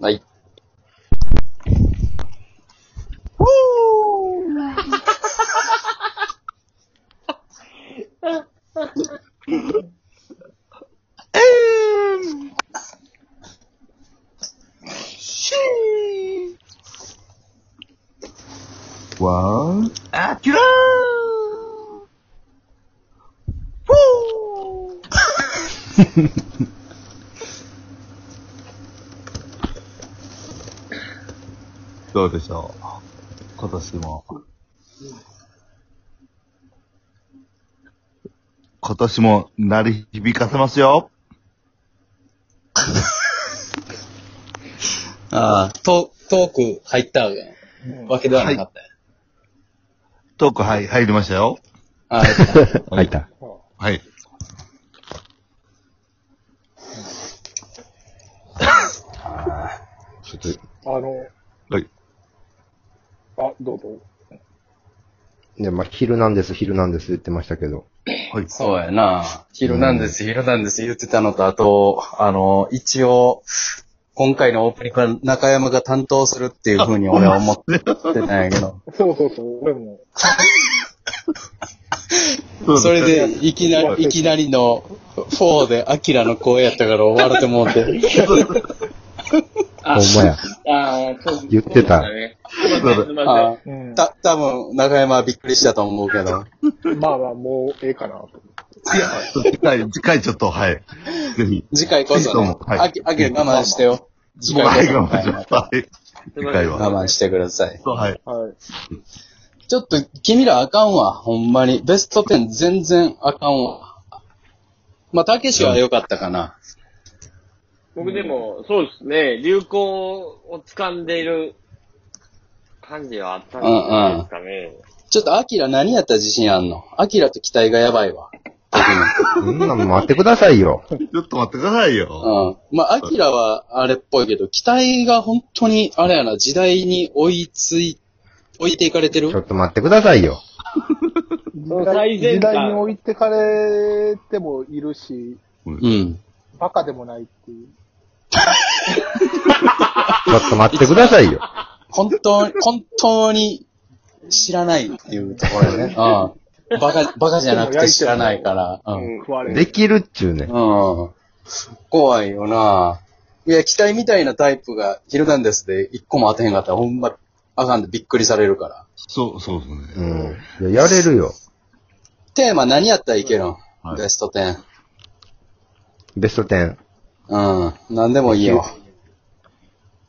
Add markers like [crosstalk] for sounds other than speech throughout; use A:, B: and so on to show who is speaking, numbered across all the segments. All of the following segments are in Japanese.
A: はい。
B: ワン、アキュラーどうでしょう今年も。今年も鳴り響かせます
C: [laughs]
B: よ。
A: ああ、トトーク入ったわけではなかったよ。
B: トークはい、入りましたよ。
A: ああ入った
C: 入った。
B: はい。
C: ちょっと、
D: あの、
B: はい。
D: あ、どうぞ。
C: ね、まあ、昼なんです、昼なんです言ってましたけど。
B: はい。
A: そうやな。昼なんです、昼なんです言ってたのと、あと、あの、一応、今回のオープニングは中山が担当するっていうふうに俺は思ってたんやけど、
D: そうそうそう、俺も。
A: それで、いきなり、いきなりの、フォーで、アキラの声やったから笑ってもうて。
C: ほんまや。
E: ああ、そう
C: 言ってた
E: そうだねすい
A: [laughs]
E: ませんすいま
A: あ
D: うん。
A: た、多分中山はびっくりしたと思うけど。
D: まあまあ、もうええかなと。
B: 次回、次回ちょっと、はい。ぜひ。
A: 次回こそ、ね、
B: はい
A: アキアキラ我慢してよ。次
B: もう、は
A: 回
B: い、
A: こ
B: 頑張りましょうはい。次回
A: そ
B: は。
A: 我慢してください。
B: はい。
D: はい。
A: ちょっと、君らあかんわ、ほんまに。ベスト10全然あかんわ。まあ、たけしは良かったかな。
E: せん僕でも、そうですね、流行を掴んでいる感じはあったんじゃないですかね。
A: ちょっと、アキラ何やったら自信あんのアキラと期待がやばい
C: [laughs]
A: わ。
C: そんなの待ってくださいよ。
B: ちょっと待ってくださいよ。
A: うん。まあ、アキラはあれっぽいけど、期待が本当に、あれやな、時代に追いつい、置いていかれて
C: ちょ
A: る
C: っと待ってくださいよ。
E: の最前
D: 時
E: 端
D: 代に置いてかれてもいるし、
A: うん。
D: バカでもないっていう。
C: ちょっと待ってくださいよ。
A: 本当
C: [laughs]
A: に、本当に知らないっていうところね。うん。バカ、バカじゃなくて知らないから。うん。
D: 食われ
C: で
D: る。
C: きるっちゅうね。
A: うん。怖いよないや、機体みたいなタイプが、ヒルダンデスで一個も当てへんかったら、ほんま、あかんでびっくりされるから。
B: そう、そうです
C: う
B: ね。
C: ん。いや、やれるよ。
A: テーマ何やったらいけるん、
B: はい
A: ベスト10。
C: ベスト10。
A: うん。何でもいいよ。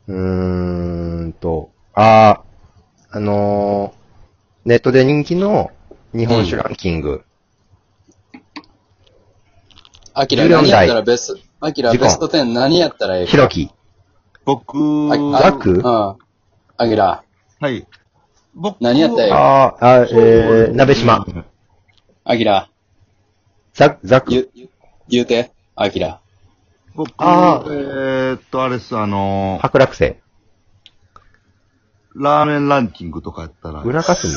C: うーんと、あー、あのー、ネットで人気の日本酒ランキング。
A: アキラ
C: 14
A: 何やったらベスト、アキラ
C: 事故
A: ベスト10何やったらいい
C: ひろき。
B: 僕、
A: あ
C: ザク
A: うん。アキラ、
B: はい。僕
A: 何やったらいい
C: あー、あーえー、鍋島。
A: アキラ、
C: ザ、ザク。
A: 言う、言うて、アキラ。
B: 僕、
C: あ
B: えーっと、あれです、あのー
C: 白楽星。
B: ラーメンランキングとかやったら、
C: 裏霞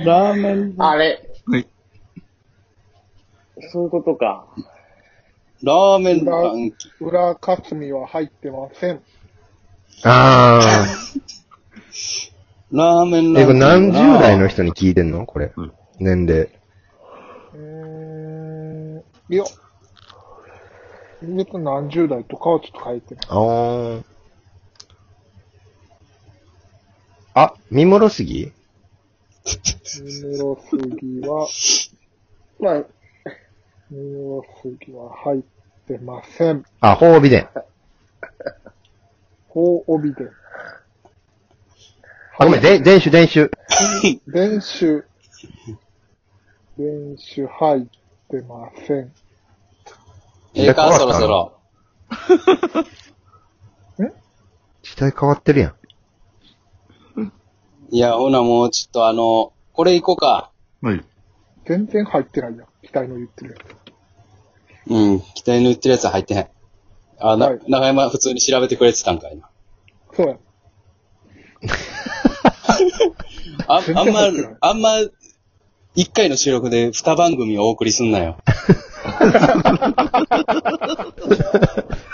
D: ラーメン
E: あれ、
B: はい
E: そういうことか。
A: ラーメンランキ
D: 裏霞は入ってません。
C: あー。
A: ラーメンランキング。
C: え、これ何十代の人に聞いてんのこれ
B: うん。
C: 年齢。
D: うーん。いや。別に何十代とかはちょっと書
C: [laughs]
D: いてない。
C: あー。あ、見もろすぎ
D: ミムロスギは、
E: まあ、
D: ミムロスギは入ってません。
C: あ、褒美伝。
D: 法帯で。
C: あ、ごめん、で、伝酒伝酒。
D: 練習。練習入ってません。
A: ええか、そろそろ。
C: 時代変わってるやん。
A: いや、ほな、もうちょっとあの、これいこうか。
B: はい。
D: 全然入ってないやん。期待の言ってるや
A: うん、期待の言ってるやつは入ってへん。あ、な、
D: はい
A: 中山普通に調べてくれてたんかいな。
D: つ。そうや。 [laughs]
A: あ、あんま
D: 全然入ってない、 [laughs]
A: あんま、一回の収録で二番組をお送りすんなよ。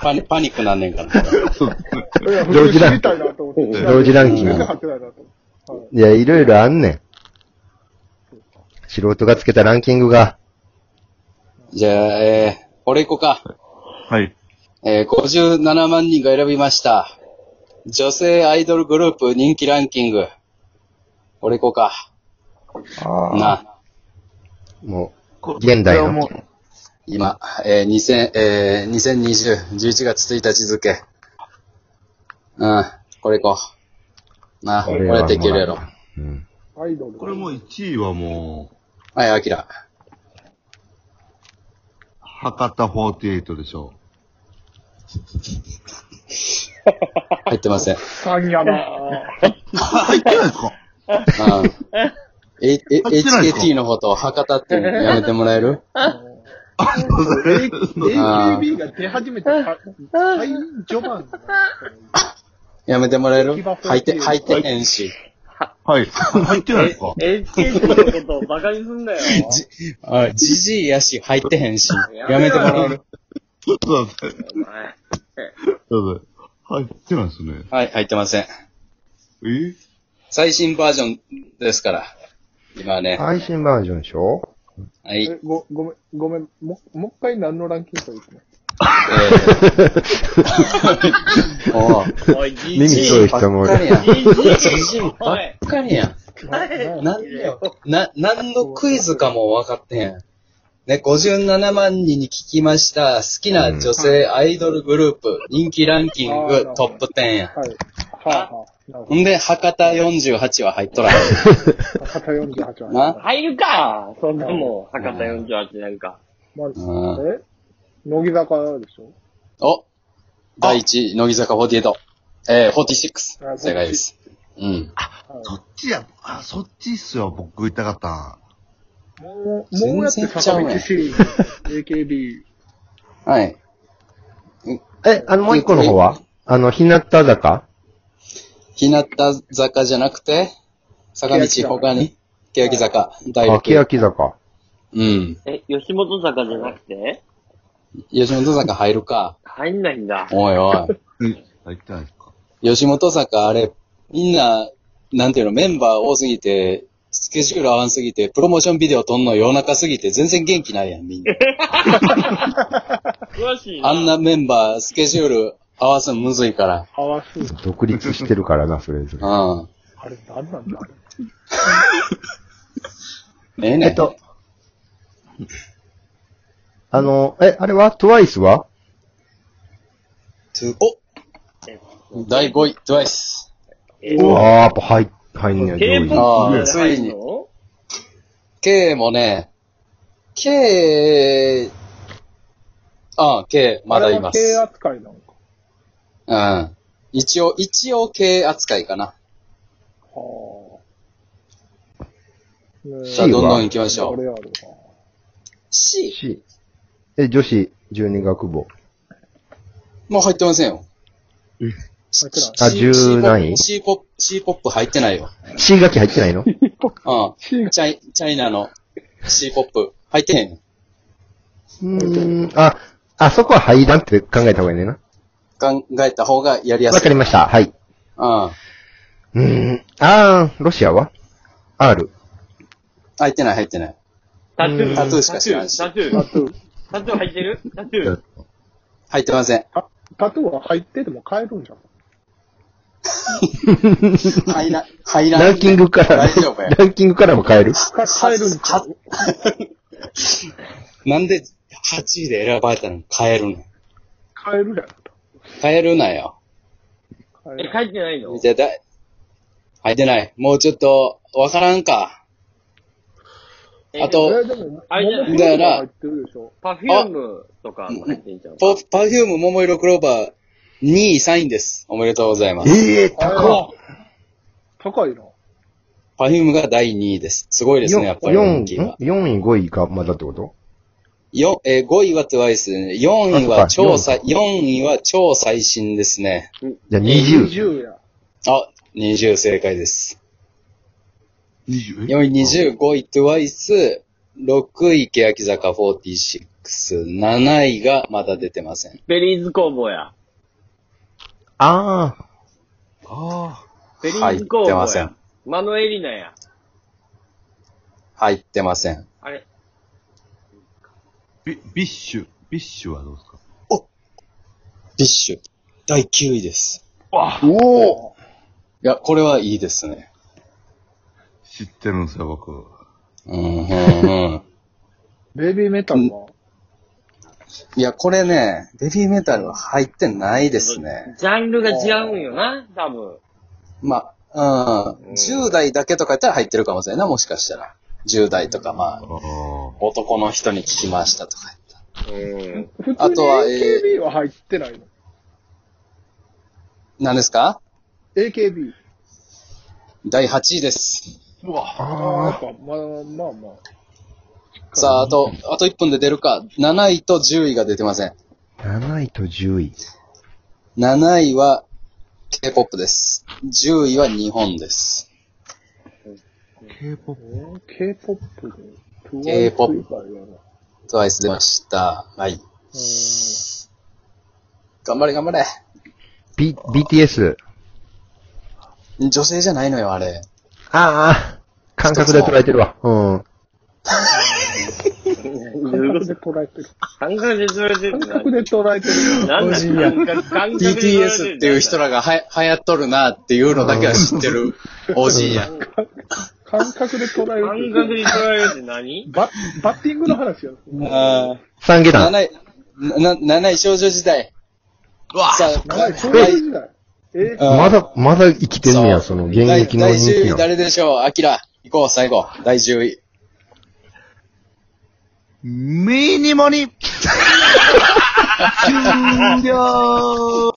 A: パニパニックなんねんから。
B: そう
D: いや、
C: 同
D: 普
C: 時
D: 通
C: だ
D: 知りたいなと思って。
C: 同時ランキング
D: 全然入ってないなと思って。
C: いや、いろいろあんねん。素人がつけたランキングが、
A: じゃあ、えー、俺行こうか。
B: はい。
A: えー、57万人が選びました。女性アイドルグループ人気ランキング。俺行こうか。なあ。
C: もう、
B: こ
C: 現代
B: これは
C: の
B: も。
A: 今、えー、2000、えー、2020、11月1日付。うん、これ行こう。なあ、こ
C: こ
A: れ
C: れは
A: やっていけるやろ。
C: うん。
D: アイドル。
B: うこれもう1位はもう、
A: はい、アキラ。
B: 博多48でしょ
A: 入ってません。
D: 三やな
B: 入ってないですか
A: うん。え、え、
B: 入ってないですか
A: HKT の方と博多ってやめてもらえる
D: AKB が出始めた最序盤。
A: やめてもらえ [laughs] る
D: 騎馬戦
A: 入って、入ってへんし。
B: はい。入ってないですか
E: HKT のことをバカにすんなよ。
A: じ、あ、じじいやし、入ってへんし。やめてもらえる
B: ちょっと待って、ち
E: お
B: ょ
E: 前
B: っと待って。入ってないですね。
A: はい、入ってません。
B: え
A: 最新バージョンですから。今ね。
C: 配信バージョンでしょ
A: はい。え
D: えご、ごめん、ごめん、も、もう一回何のランキングか言って
A: ーもう
E: おい、じ
C: 耳
E: じい。
C: 遠い人も
A: ばっかり
C: いる。
A: やん。
E: じじ
A: じじいばっかりやん。
D: ね
A: なんでよ。な、何のクイズかも分かってへん。ね、57万人に聞きました。好きな女性アイドルグループ、人気ランキングトップ10や。
D: はい。はあ、はあ、なるほ
A: んで、博多48は入っとらへん。
D: ど。片48は。
A: な
E: 入るかそんなもん、博多48なんか。
D: まあ
A: うん
D: え乃木坂でしょ
A: お第1位、乃木坂48。えー、46。正解です。うん。
B: そっちや、あ、そっちっすよ、僕言いたかった。
D: もう、もうやって坂道シリーズ、AKB。
A: はい。
C: え、あの、もう一個の方はあの、日向坂
A: 日向坂じゃなくて、坂道他に、欅坂、第
C: あ、
A: 6位。
C: 欅坂。
A: うん。
E: え、吉本坂じゃなくて
A: 吉本坂入るか。
E: 入んないんだ。
A: おいお
B: え入ってないですか
A: い。吉本坂あれ、みんな、なんていうの、メンバー多すぎて、スケジュール合わんすぎて、プロモーションビデオ撮んの夜中すぎて全然元気ないやん、みんな。
E: 詳しいな。
A: あんなメンバー、スケジュール合わすのむずいから。
D: 合わす。
C: 独立してるからな、それぞれ。
A: うん。
D: あれ、何なんだ
A: ええね。
C: えっと。あの、え、あれはトワイスは
A: お第5位、TWICE。
E: え
C: ああ、やっぱ入っ、入んねや、上
E: K-POP
C: 位。
A: あー
E: じゃないの
A: K もね、K、ああ、K、まだいます。
D: あれは経営扱いなのか。
A: うん。一応、一応系扱いかな。
D: はあ。ねえ
A: じゃあ、
C: いい
A: ど
C: わ
A: んどん行きましょ
D: こ
A: う。
D: れある
A: C?
C: C え、女子十二学部。
A: もう入ってませんよ。
D: 入ってない
C: あ10何位
A: ?C ポップ、C ポップ入ってないよ。
C: C 楽器入って
A: [laughs]
C: ないの
A: うん。
D: C が
A: チャイ、チャイナの C ポップ入ってへんよ。
C: うーん、あ、あそこは入らんって考えた方がいいねんな。
A: 考えた方がやりや
C: わ
A: す
C: か
A: い。
C: りました。はい。
A: うん。入
C: うーん、あー、ロシアは ?R。
A: ってない、入ってない。
E: タトゥー。
A: タトゥーしか知らんし
E: タトゥ
D: タ
E: ー。
D: トゥー。
E: タトゥー入ってるタトゥー。
A: 入ってま
C: [laughs]
A: せん。
D: タタトゥーは入ってても買えるんじゃん。
A: 入ら、入らん
C: ランキングから、
A: 大丈夫や。
C: [laughs] ランキングからも変える
D: か買えるんじゃ
A: は
D: ん。
A: なんで8位で選ばれたのに変えるの
D: 買えるじゃん。
A: 変えるなよ。
D: 買え
E: え、
D: る。
E: 書いてないの
A: じゃあ、だ、入ってない。もうちょっと、わからんか。
E: え
A: あと
D: え、でも、
E: あれじゃない
D: モモクロが入ってるでしょ。
E: パフュームとかも入ってんじゃん。
A: パ、パフューム桃色クローバー、2位、3位です。おめでとうございます。
C: ええー、高っ。
D: 高いな。
A: パフュームが第2位です。すごいですね、やっぱりラン
C: 4
A: キングは。
C: 位、5位がまだってこと
A: よ、えー、5位は TWICE、4位は超最、4位は超最新ですね。
C: じゃあ20。
D: 20や。
A: あ、20正解です。
B: 20?
A: 4位20、5位 TWICE、6位欅坂46、ス。7位がまだ出てません。
E: ベリーズ工房や。
C: ああ、
B: あ
E: ベリ
A: 入
E: ー
A: っ
E: ズ工
A: てま
E: 房
A: せ
E: や
A: ん。。
E: マノエリナや。
A: 入ってません。
E: あ
B: あ。
E: れ
B: ビ、ビッシュ。ビッシュはどうですか
A: ビッシュ。第9位です。
B: わあ
A: おおいや、これはいいですね。
B: 知ってるんですよ、僕。
A: うん、うん、うん。
D: ベビーメタルはい
A: や、これね、ベビーメタルは入ってないですね。
E: ジャンルが違うんよな、多分。
A: まあ、うん、10代だけとかやったら入ってるかもしれんないな、もしかしたら。10代とか、ま
B: あ
A: あ、
B: あ。
A: 男の人に聞きましたとか言っ
E: うん。
D: 普通
A: あ
D: に
A: とは
D: AKB は入ってないの。
A: た。何ですか
D: AKB。
A: 第8位です。
B: うわ
D: ああ、やっぱ、まあまあまあ。
A: さあ、あと、あと1分で出るか。7位と10位が出てません。
C: 7位と10位。
A: 7位は K-POP です。10位は日本です。
B: K-POP。
D: えー K-POP で、
A: K-POP
D: 以外やな。
A: トワイス出ました。はい。
D: うーん
A: 頑張れ頑張れ。
C: B、BTS。
A: 女性じゃないのよ、あれ。
C: ああ、感覚で捉えてるわ。うん。
D: 感覚で捉えてる。
E: 感覚でそれてる
D: 感覚で捉えてる。
A: [laughs]
E: なんだ感覚感覚でそ
A: BTS
E: れてる
A: っていう人らがはや流行っとるなっていうのだけは知って [laughs] るおじいや。
D: 感覚で捉え
E: 感
D: る。
E: 覚で捉えるって何
D: ババッティングの話や。
A: あ
C: 三下
A: ー
C: 段。
A: 7位、な7位少女時代。
B: わ
A: さあ、
D: 長い、少
A: は
D: 年
A: い
D: 時代。えー、
A: うん
C: まだ、まだ生きてんねや、
A: う
C: その現役の
A: 第第
C: 人気
A: 10位
C: の。
A: 誰でしょうアキラ。行こう、最後。第10位。
B: [laughs] ミニモニ終了